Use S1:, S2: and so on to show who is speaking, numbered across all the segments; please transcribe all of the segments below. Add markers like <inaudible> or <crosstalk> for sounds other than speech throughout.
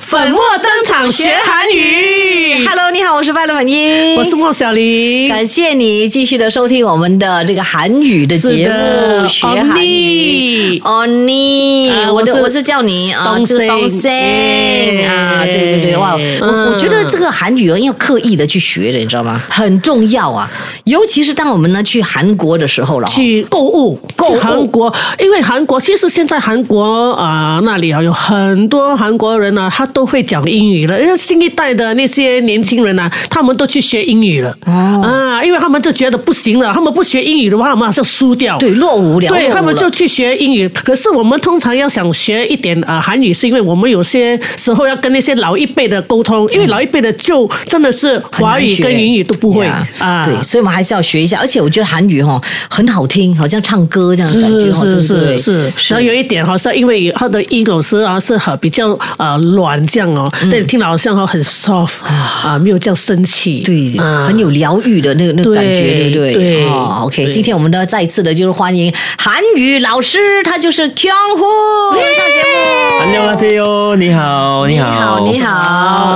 S1: 粉墨登场学韩语
S2: <laughs> Hello，你好，我是拜乐本英，
S1: 我是莫小玲。
S2: 感谢你继续的收听我们的这个韩语的节目，学韩语。哦，你
S1: 啊，
S2: 我
S1: 我
S2: 的
S1: 是
S2: 我是叫你啊，
S1: 东
S2: 就是
S1: sing
S2: 东 sing 啊，
S1: 耶
S2: 对对对，哇，
S1: 嗯
S2: 我我觉得这个韩语哦要刻意的去学的，你知道
S1: <laughs>
S2: 吗？很重要啊，尤其是当我们呢去韩国的时候了哦。
S1: 去购物，
S2: 购物
S1: 去韩国，因为韩国其实现在韩国啊、那里啊有很多韩国人呢、啊他都会讲英语了，因为新一代的那些年轻人呢、啊他们都去学英语了、
S2: 哦
S1: 啊，因为他们就觉得不行了，他们不学英语的话，他们好像输掉。
S2: 对，落伍了。
S1: 对
S2: 落伍
S1: 他们
S2: 了
S1: 就去学英语，可是我们通常要想学一点啊、呃韩语，是因为我们有些时候要跟那些老一辈的沟通，因为老一辈的就真的是
S2: 很难
S1: 华语
S2: 学
S1: 跟英语都不会
S2: 呀
S1: 啊。
S2: 对，所以我们还是要学一下。而且我觉得韩语哈很好听，好像唱歌这样的感觉
S1: 是
S2: 哦，对
S1: 是
S2: 不对
S1: 是是，然后有一点好像因为它的音有时啊是很比较呃软这样哦，但你听了好像哦很 soft 啊，没有这样生气，
S2: 对，
S1: 啊
S2: 很有疗愈的那个那个感觉，对
S1: 对
S2: 不对？
S1: 对
S2: 哦，OK，
S1: 对
S2: 今天我们呢再一次的就是欢迎韩语老师，他就是 k y o n g h u 上节目。
S3: 안녕하세요，你好，
S2: 你好，你好，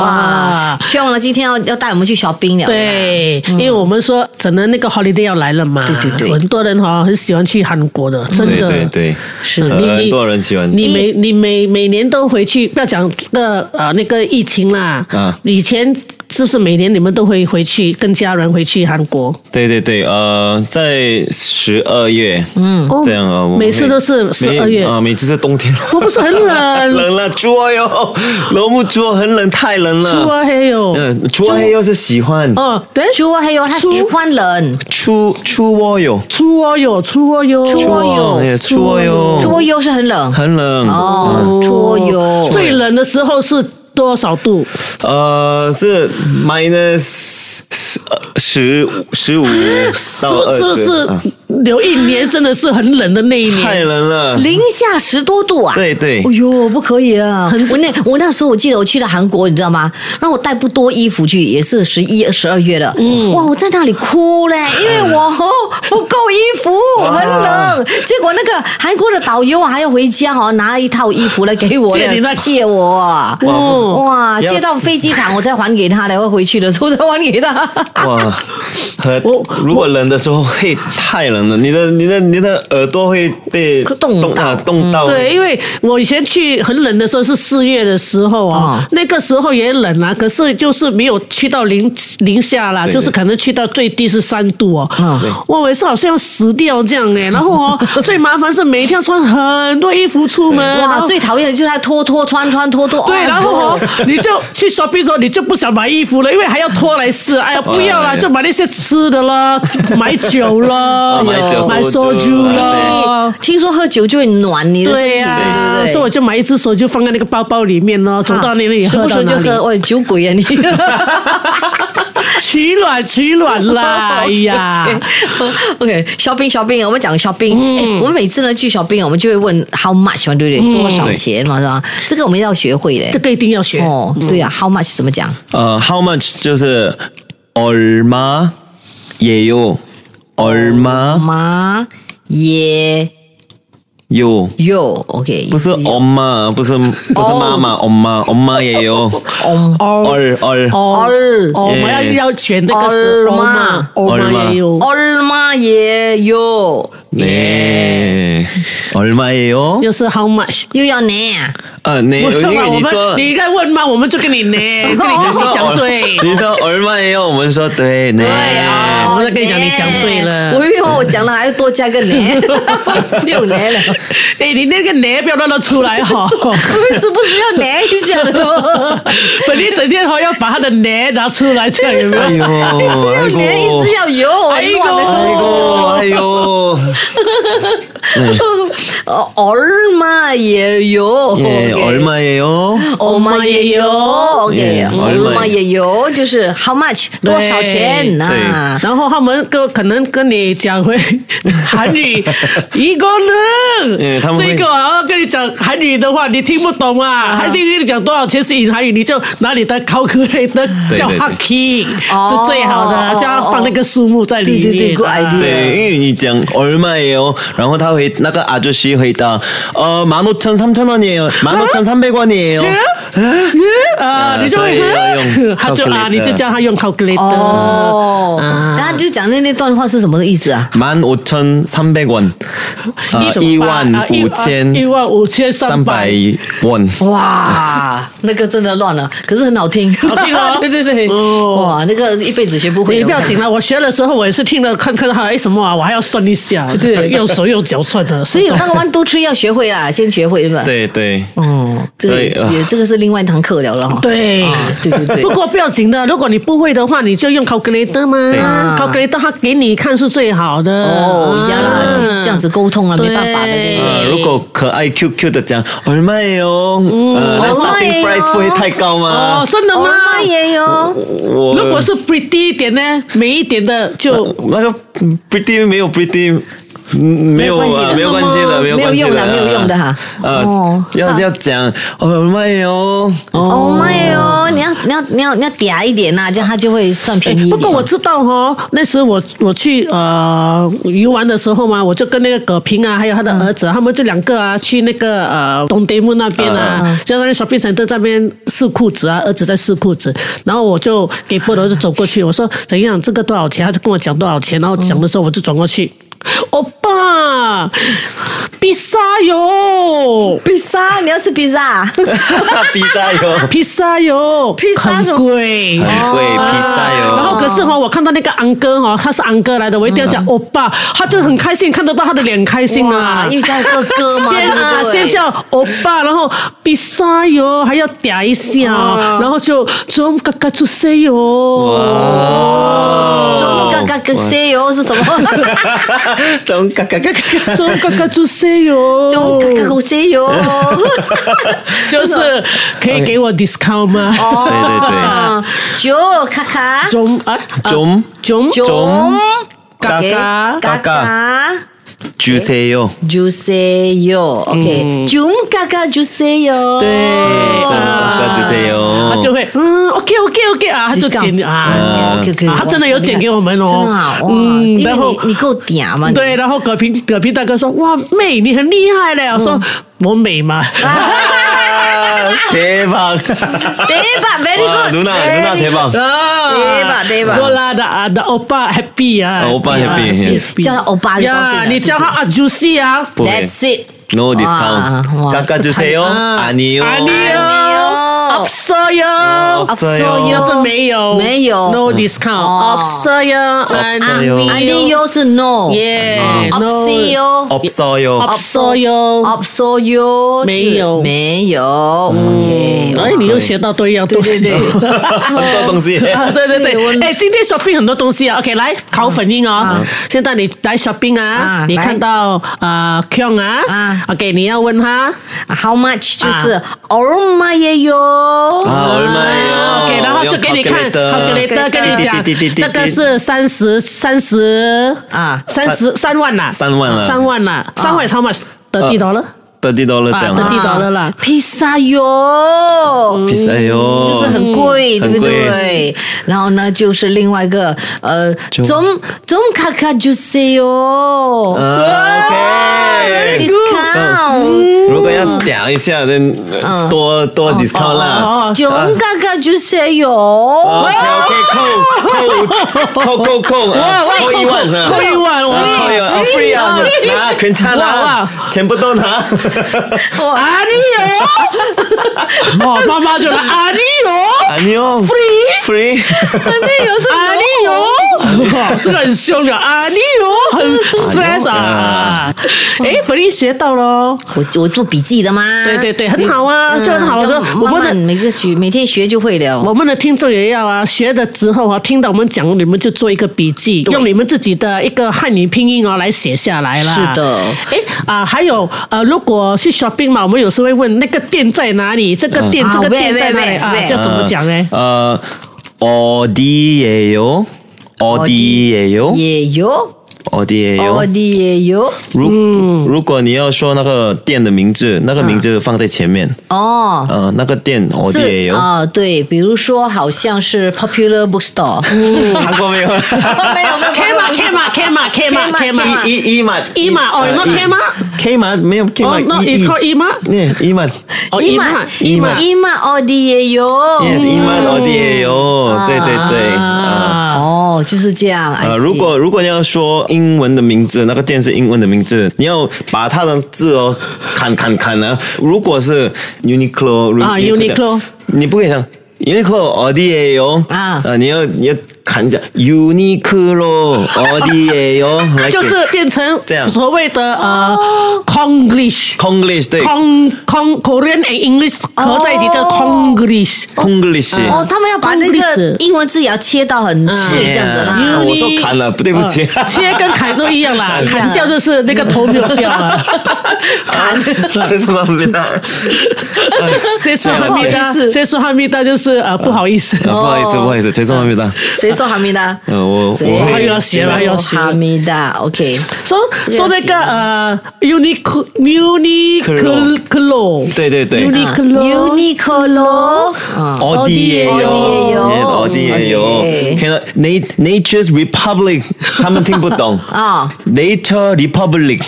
S2: 哇
S1: 啊
S2: k y o n g 呢今天要要带我们去 shopping 了，
S1: 对，因为我们说可能那个 holiday 要来了嘛，
S2: 对对对
S1: 很多人哈很喜欢去韩国的，真
S3: 对
S1: 的
S3: 对对，呃
S1: 是你
S3: 很
S1: 你
S3: 多人喜欢。
S1: 你每你每每年都回去，不要讲这个呃那个疫情啦，
S3: 嗯
S1: 以前是不是每年你们都会回去跟家人回去韩国？
S3: 对对对，呃，在十二月，嗯
S1: 哦
S3: 这样啊，我们
S1: 每次
S3: 会
S1: 都是
S3: 每
S1: 12月
S3: 啊，每次是冬天。
S1: 我不是
S3: <laughs>
S1: 很冷，
S3: 冷了，猪哟，冷不猪，很冷，太冷了。
S1: 出啊黑哟，
S3: 嗯，猪又是喜欢，
S1: 哦对，
S2: 猪啊还有他喜欢冷，
S3: 出出窝哟，
S1: 出啊哟，出啊哟，
S2: 出窝哟
S3: 哎呀出窝哟，
S2: 猪又是很冷，
S3: 很冷嗯
S2: 哦，猪哟，
S1: 最冷的时候是多少度？
S3: 呃，是 minus 十十十五
S1: 是
S3: 到
S1: 不
S3: 二
S1: 是
S3: 十，
S1: 不
S3: 啊
S1: 是有一年真的是很冷的那一
S3: 太
S1: 年？
S3: 冷了。
S2: 零下十多度啊！
S3: 对对
S2: 哎呦，不可以啊！我那我那时候我记得我去了韩国，你知道吗？然后我带不多衣服去，也是十一、十二月的。
S1: 嗯
S2: 哇，我在那里哭嘞，
S1: 哎
S2: 因为我哦不够衣服，很冷。结果那个韩国的导游啊，还要回家哦，拿了一套衣服来给我
S1: 借你那
S2: 借我啊。
S1: 哦，
S2: 哇，
S3: 要
S2: 借到飞机场我再还给他的，我回去的时候再 <laughs> 还给他。
S3: 哇，和
S1: 我
S3: 如果冷的时候会太冷了，你的你的你的耳朵会被
S2: 冻到
S3: 啊冻到。
S1: 对，因为我以前去很冷的时候是四月的时候啊、
S2: 哦
S1: 那个时候也冷啊，可是就是没有去到零零下啦，
S3: 对对啊
S1: 就是可能去到最低是三度哦。
S2: 嗯
S3: 对
S1: 哇，我也是好像要死掉这样哎、然后
S3: <laughs>
S1: 哦，最麻烦是每一天要穿很多衣服出门，然
S2: 哇，
S1: 后
S2: 最讨厌的就是他脱脱穿穿脱脱。
S1: 对，
S2: 哦
S1: 然后
S3: <laughs>
S1: 哦，你就去 shopping 的时候，你就不想买衣服了，因为还要拖来试。哎呀，不要啦，
S3: 哎呀
S1: 就买那些吃的
S3: <laughs>
S1: 啦，买酒啦，
S3: 买酒
S1: 买 soju
S3: 哎
S1: 啦
S2: 对。，听说喝酒就会暖你的身体，
S1: 哦对呀、
S2: 对对对。
S1: 所以我就买一只手就放在那个包包里面咯，走到那里
S2: 什
S1: 喝
S2: 啊么
S1: 到
S2: 时候就
S1: 哪里
S2: 喝？，喂，酒鬼
S1: <laughs>
S2: 啊你！
S1: 取暖取暖啦！
S2: <laughs>
S1: 哎呀，嗯
S2: ，OK，shopping shopping，我们讲 shopping，、哎我们每次呢去 shopping，我们就会问 how much 嘛，对不对？多少钱嘛，是吧？这个我们要学会嘞
S1: 这。个一定要学。嗯
S2: 哦，对呀、啊、，how much 怎么讲？
S3: 呃，how much 就是얼마也有얼마
S2: 妈耶
S3: 有，
S2: 哟，OK，
S3: 不是엄마，不是不是妈妈，엄마 엄마也有
S2: on
S1: 哦
S3: 얼얼
S1: 哦
S2: 二
S1: 哦，我们要
S3: 耶
S1: 要选那个是
S2: 哦
S1: 欧
S2: 嘛
S1: 嘛，欧嘛也有，
S2: on 妈耶哟，
S3: 네얼마예요？
S1: 又是 how much。
S2: 又要你啊，
S3: 啊，你因
S1: 不用
S3: 为
S1: <laughs> 我
S3: 你说
S1: 们你在问吗？我们就跟
S3: <laughs>
S1: 你呢，跟你讲你讲对。
S3: 你说얼마예요？我们说对呢。
S1: 哎我们在跟你讲你讲对了
S2: 哦我以为我讲了还要多加个 <laughs> 你，不用你了。
S1: <laughs> 哎，你那个呢不要乱乱出来
S3: <laughs>
S1: 哈，
S2: 为什么是要捏一下的哦？
S1: 本来整天哈要把他的呢拿出来，这样有没有？
S3: <laughs> 哎呦，
S2: <laughs> 네, 要
S3: 哎
S2: 捏
S1: 哎哎呦
S3: 呦 어,
S2: 一直，要有，乱的 <laughs>
S3: 哎呦，哎呦，哎
S2: 어, 얼마예요?
S3: 예,
S2: OK
S3: 얼마예요?
S2: 我们也有，OK，
S3: Yeah，
S2: 我们也有，就是 how much 多少钱啊呐、
S3: 对
S1: 然后他们跟可能跟你讲回韩语， <laughs> 一个人
S3: <laughs> 嗯，他们会
S1: 这个啊跟你讲韩语的话，你听不懂
S3: <laughs>
S1: 啊，还听跟你讲多少钱是引韩语，你就拿你的 calculator
S3: 对
S1: 叫
S3: <laughs> 对
S1: hockey
S2: 哦
S1: 是最好的，叫他放那个数目在里面。
S2: 对对对，good
S1: 啊
S2: idea
S3: 对，因为你讲 네, 얼마예요，然后他回那个阿저씨回答，呃，만오천삼천원이에요，만오천삼백원이에요。
S1: <laughs> 啊，你就
S3: 所以要
S1: <laughs>
S3: 用
S1: 他就啊，
S3: calculator
S1: 你就叫他用 calculator。
S2: 哦，
S1: 啊
S2: 然后就讲那那段话是什么意思啊？
S3: 만 오천 삼백 원，呃， 아, 一万
S2: 아,
S3: 五
S1: 一
S3: 千
S1: 万五千三
S3: 三
S1: 百
S3: 百。won。
S2: 哇，那个真的乱了，可是很好听，
S1: 好听哦
S2: <laughs> 对对对，
S1: 哦
S2: 哇，那个一辈子学不会
S1: 你
S2: 的。
S1: 不要紧啊了，我学的时候我也是听了看看到哎什么啊，我还要算一下，
S2: <laughs> 对
S1: 用手用脚算的。
S2: 所以有那个 one two three 要学会啦， <laughs> 先学会是吧？，
S3: 对对，
S2: 哦，这个也
S3: 所以啊
S2: 也这个是另外一堂课了了哈。
S1: <laughs> 对
S2: 啊，对对对
S1: 不过不要紧的，如果你不会的话，你就用 calculator 嘛
S2: 啊
S1: ，calculator 它给你看是最好的。
S2: 哦，
S1: 啊
S2: 一样啦，这这样子沟通了，啊没办法的。
S1: 对
S3: 呃，如果可爱 QQ 的讲얼마예요，呃，那 starting
S2: 음, 얼마예요 어,
S3: price 不会太高
S1: 哦，
S3: 吗？
S1: 真的
S2: 我
S1: 吗？
S2: 妈也有。
S3: 我
S1: 如果是 pretty 一点呢，美一点的就
S3: 那个 pretty 没有 pretty。嗯没有
S2: 没有关系
S3: 啊
S2: 的
S3: 没有关系的，
S2: 没有
S3: 关系
S2: 用的
S3: 啊
S2: 没有用的哈哦
S3: 呃，要要讲，哦妈哟， <laughs>
S2: 哦妈哟！你要你要你要你要嗲一点呐、这样他就会算便宜一点。
S1: 哎不过我知道哦，那时我我去呃游玩的时候嘛，我就跟那个葛平啊，还有他的儿子啊，他们就两个啊，去那个呃东德木那边啊，就在那个 shopping center 这边试裤子啊，儿子在试裤子，然后我就给波罗就走过去，我说怎样这个多少钱，他就跟我讲多少钱，然后讲的时候我就转过去。哦欧
S2: <laughs>
S1: 巴，披萨哟，
S2: 披萨，你要吃披 <laughs> 萨？
S3: 披萨哟，
S1: 披萨哟，
S2: <laughs> 披萨什
S1: 很
S2: 么
S1: 贵，
S3: 很贵，披萨
S2: 아，
S3: 哟。
S1: 然后可是哈、我看到那个安哥哈、他是安哥来的，我一定要讲欧巴，他就很开心，看得到他的脸开心啊
S2: 哇，。因为叫哥哥嘛，
S1: 先啊
S2: 对，不对
S1: 先叫欧巴，然后比萨哟，还要嗲一下，然后就从嘎嘎出塞哟，
S3: 어.
S2: 中嘎嘎嘎
S3: <laughs>
S2: 西哟是什么？
S3: 中嘎嘎嘎嘎，
S1: 从嘎嘎出塞哟，
S2: 中嘎嘎嘎西
S3: <laughs> 네,
S2: 哟。
S1: 就是可以给我 discount 吗？
S3: 네.
S2: 哦，对对对，九咔咔，
S1: 中啊，
S3: 좀
S1: 中
S2: 中
S1: 嘎嘎
S3: 嘎
S2: 嘎嘎
S3: 嘎。주세요， 음.
S2: 주세요，OK， 좀嘎嘎 주세요， 어.
S1: 对，
S3: 中嘎嘎주세요
S1: 他就会嗯，OK OK OK 啊，他就剪
S3: 아,
S1: 啊，剪
S2: OK OK，
S1: 啊他真的有剪给我们哦
S2: 真的啊，哇，
S1: 嗯
S3: 음,
S2: 因为
S1: 然后
S2: 你你够嗲嘛，你
S3: 네.
S1: 对，
S3: <laughs>
S1: 然后葛平葛平大哥说：“哇，妹，你很厉害嘞！”我
S2: 嗯
S1: 说：“我美吗？”
S2: 啊
S3: 아, 대박.
S2: 대박, very
S3: 와,
S2: good.
S3: 누나,
S2: very
S3: 누나 대박.
S1: <laughs> 啊，
S2: 对吧对吧
S1: 我拉的啊的欧巴 happy 啊，
S3: 啊欧巴 happy，
S1: 啊
S3: happy
S2: 叫他欧巴就高兴了
S1: 呀，你叫他啊 juicy 啊，
S3: 不会
S2: That's it.
S3: No
S2: 와,
S3: discount. 깎아주세요.
S1: 아,
S3: 아니요.
S1: 아니요.
S2: 아니요.
S1: 없어요，
S3: 哦
S1: 음.
S3: 없어요.
S1: 就是没有
S2: 哦没有
S1: ，no discount，
S2: 哦
S1: 없어요，
S3: 없어요.
S2: 아니요 是 no.
S1: 哦
S3: 예.
S2: 嗯
S1: Yeah, no.
S3: 없어요.
S2: 없어요.
S1: 없어요，
S2: 없어요. 是
S1: 没有
S2: 没有。OK.
S1: 哎，你又学到多一样
S2: 对
S1: 东
S2: 对
S1: 西。
S2: 对，
S1: <laughs>
S3: 很多东西。
S1: 啊，对对
S2: 对我
S1: 对，哎，今天 shopping 很多东西啊。OK，来考反应哦
S2: 啊。
S1: 现在你来 shopping
S2: 啊
S1: 啊，你
S2: 来
S1: 看到呃 Kyung 啊
S2: 啊
S1: ，OK，你要问他
S2: How much 就是얼마예요? 啊
S3: 아, 얼마예요?
S1: 啊 OK，然后就给你看 calculator，
S2: calculator
S1: 跟你讲
S3: 滴滴滴滴，滴
S1: 这个是三十三十
S2: 啊
S1: 三十三万啦，
S3: 三万啦啊
S1: 三万啦，三万 how much？得地道了，
S3: 30 dollar 这样。
S1: 아, 30啦嗯
S2: 비싸요.
S3: 비싸요.
S2: 就是很贵，对
S3: 很
S2: 不
S3: 贵
S2: 对？然后呢，就是另外一个呃，
S3: 就
S2: 좀좀가가주세요。
S3: 아, 啊，OK
S1: 哎
S2: 这是 discount，
S3: 如果要嗲一下，那多多 discount 啦。
S1: 哦，
S2: 좀가가주세요。
S1: 啊
S3: OK OK 扣扣扣扣扣啊
S1: 哇
S3: 扣一万啊
S1: 扣一万
S3: 啊
S1: 哇哎
S3: 扣一万啊 free 啊拿全差
S1: 哇
S3: 拿全部都 <laughs> 拿
S1: 啊你
S2: <laughs>
S1: 有，哦，妈妈就来啊你有。
S3: 아니요 free free
S2: 哎那有这
S1: 啊，你有这个很凶的啊，你有很 stress 啊。哎，粉丽学到喽，
S2: 我我做笔记的嘛。
S1: 对对对很好啊
S2: 嗯
S1: 就很好我说
S2: 就
S1: 我
S2: 慢
S1: 们的
S2: 慢每个学每天学就会了。
S1: 我们的听众也要啊，学了之后啊，听到我们讲，你们就做一个笔记，
S2: 对
S1: 用你们自己的一个汉语拼音哦来写下来啦。
S2: 是的
S1: 哎啊、还有呃，如果去 shopping 嘛，我们有时会问那个店在哪里，这个店、
S2: 嗯
S1: 这个
S2: 啊
S1: 店
S2: 喂
S1: 在哪里
S2: 喂嗯
S1: 啊
S2: 喂，喂
S1: 这
S3: 아,
S1: 要怎么讲呢？
S3: 어, 어디예요? 어디예요?
S2: 也有，
S3: 어디예요?
S2: 我的哦也有。
S3: 如如果你要说那个店的名字，那个名字放在前面，
S2: 哦，
S3: 嗯、那个店어디예
S2: 是
S3: 요？
S2: 啊，对，比如说好像是 Popular Bookstore，
S3: 韩国没有，
S2: 没 <laughs> 有没有
S1: K 嘛 K 嘛 K 嘛 K 嘛 K 嘛
S2: Kmart，
S3: 一一一嘛
S1: Kmart，哦有没有 Kmart？
S3: ？K 没有 K
S1: 哦
S3: 码，
S1: 那 it's called
S3: 一
S1: Kmart
S3: 对一码，
S1: 哦
S2: 伊
S1: 伊
S2: 玛
S1: 玛
S2: 伊
S1: 伊
S2: 玛
S1: 玛
S2: 伊玛奥迪哦也有。
S3: 一码어디예요？对对对，啊。
S1: 啊。
S2: 哦，就是这样。I
S3: 呃，
S2: see
S3: 如果如果你要说英文的名字，那个店是英文的名字，你要把它的字哦砍砍砍啊！如果是 Uniqlo 如
S1: 啊
S3: 你不可以
S1: Uniqlo
S3: 你不可以讲 Uniqlo 어디예요？
S2: 啊
S3: 呃，你要你要砍一下 Uniqlo 어디예요？来
S1: <laughs> 就是变成
S3: 这样
S1: 所谓的呃 Konglish。
S3: 아, Konglish 对
S1: Kong Kong Korean and English 合
S3: 아.
S1: 在一起叫 Konglish。
S3: Konglish。
S2: 哦，他们要把那个
S1: English
S2: 英文字也要切到很碎这样子
S3: <laughs>
S2: 啦。，
S3: Yeah，我说砍了，不对不起。
S1: 呃切跟砍都一样啦
S3: 아.
S2: 一样啊
S1: 砍掉就是那个头没有掉了。
S3: <laughs> 砍， <laughs> 这什么啊味道？哎
S1: 谁说哈密
S3: 아.
S1: 达
S2: 不好意思？
S1: 谁说哈密达就是呃不好意思。
S3: 不好意思，不好意思，죄송합니다。
S2: 谁说哈密达？
S3: 呃我
S2: 谁
S3: 我
S1: 还要学了要学了
S2: 哈密达，OK。
S1: 说
S2: 这个要
S1: 说那
S2: 记
S1: 个
S3: 아,
S1: 呃，Uniqlo Uniqlo，
S3: 对对对
S1: Uniqlo
S2: 啊 Uniqlo，啊
S3: 嗯 어디예요?
S2: 어디예요?
S3: 예, 어디예요?
S2: 오케이.
S3: 그냥 네, Nature's Republic 하면 팀 <laughs> 보통.
S2: 아.
S3: Nature Republic.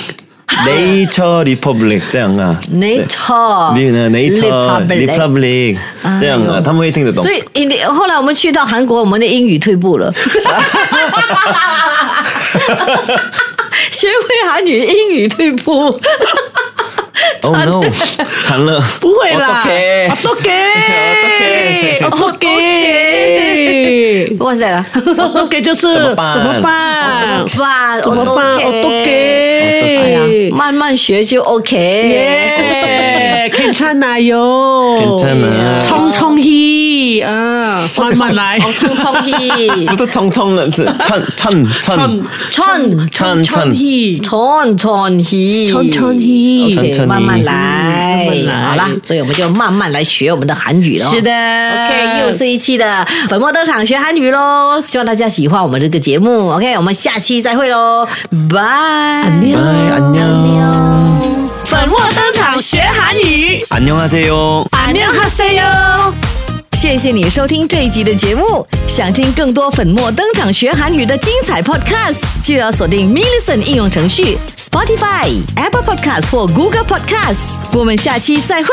S3: Nature Republic 这样啊。
S2: ，Nature，
S3: 네, 네, Nature Republic 这样啊，
S2: 哎呦。
S3: 他们会听得懂。
S2: 所以你后来我们去到韩国，我们的英语退步
S1: <laughs>
S2: 了。学会韩语，英语退
S1: <laughs>
S2: 步。
S3: Oh no, 惨了。
S1: 不会啦，
S3: 어떡해.
S1: 都给，
S3: <laughs> 어떡해.
S1: 都给，
S2: 哇塞啦，
S1: 都给就是
S3: 怎么办
S1: 怎么办
S2: 怎么？办？
S1: 怎么办？都
S2: OK 哎
S1: 给
S2: 呀，，慢慢学就 OK。
S1: 耶， 예, 괜찮아요，
S3: 괜찮아
S1: 冲冲히啊，慢慢来，
S2: 哦，冲冲屁，
S3: 不是匆匆了，是천천，천。
S2: 冲
S3: 천천
S1: 히，
S2: 冲冲屁，
S1: 冲冲히。
S3: 천천히
S2: OK，慢慢来
S1: 嗯，慢慢来
S2: 好啦，所以我们就慢慢来学我们的韩语了。
S1: 是的。啊
S2: OK，又是一期的粉墨登场学韩语喽，希望大家喜欢我们这个节目。OK，我们下期再会喽，拜。
S3: 안녕.
S1: 粉墨登场学韩语，
S3: 안녕하세요.
S1: 안녕하세요。
S2: 谢谢你收听这一集的节目，想听更多粉墨登场学韩语的精彩 Podcast，就要锁定 m i l l i c e n 应用程序、Spotify、Apple Podcast 或 Google Podcast。我们下期再会，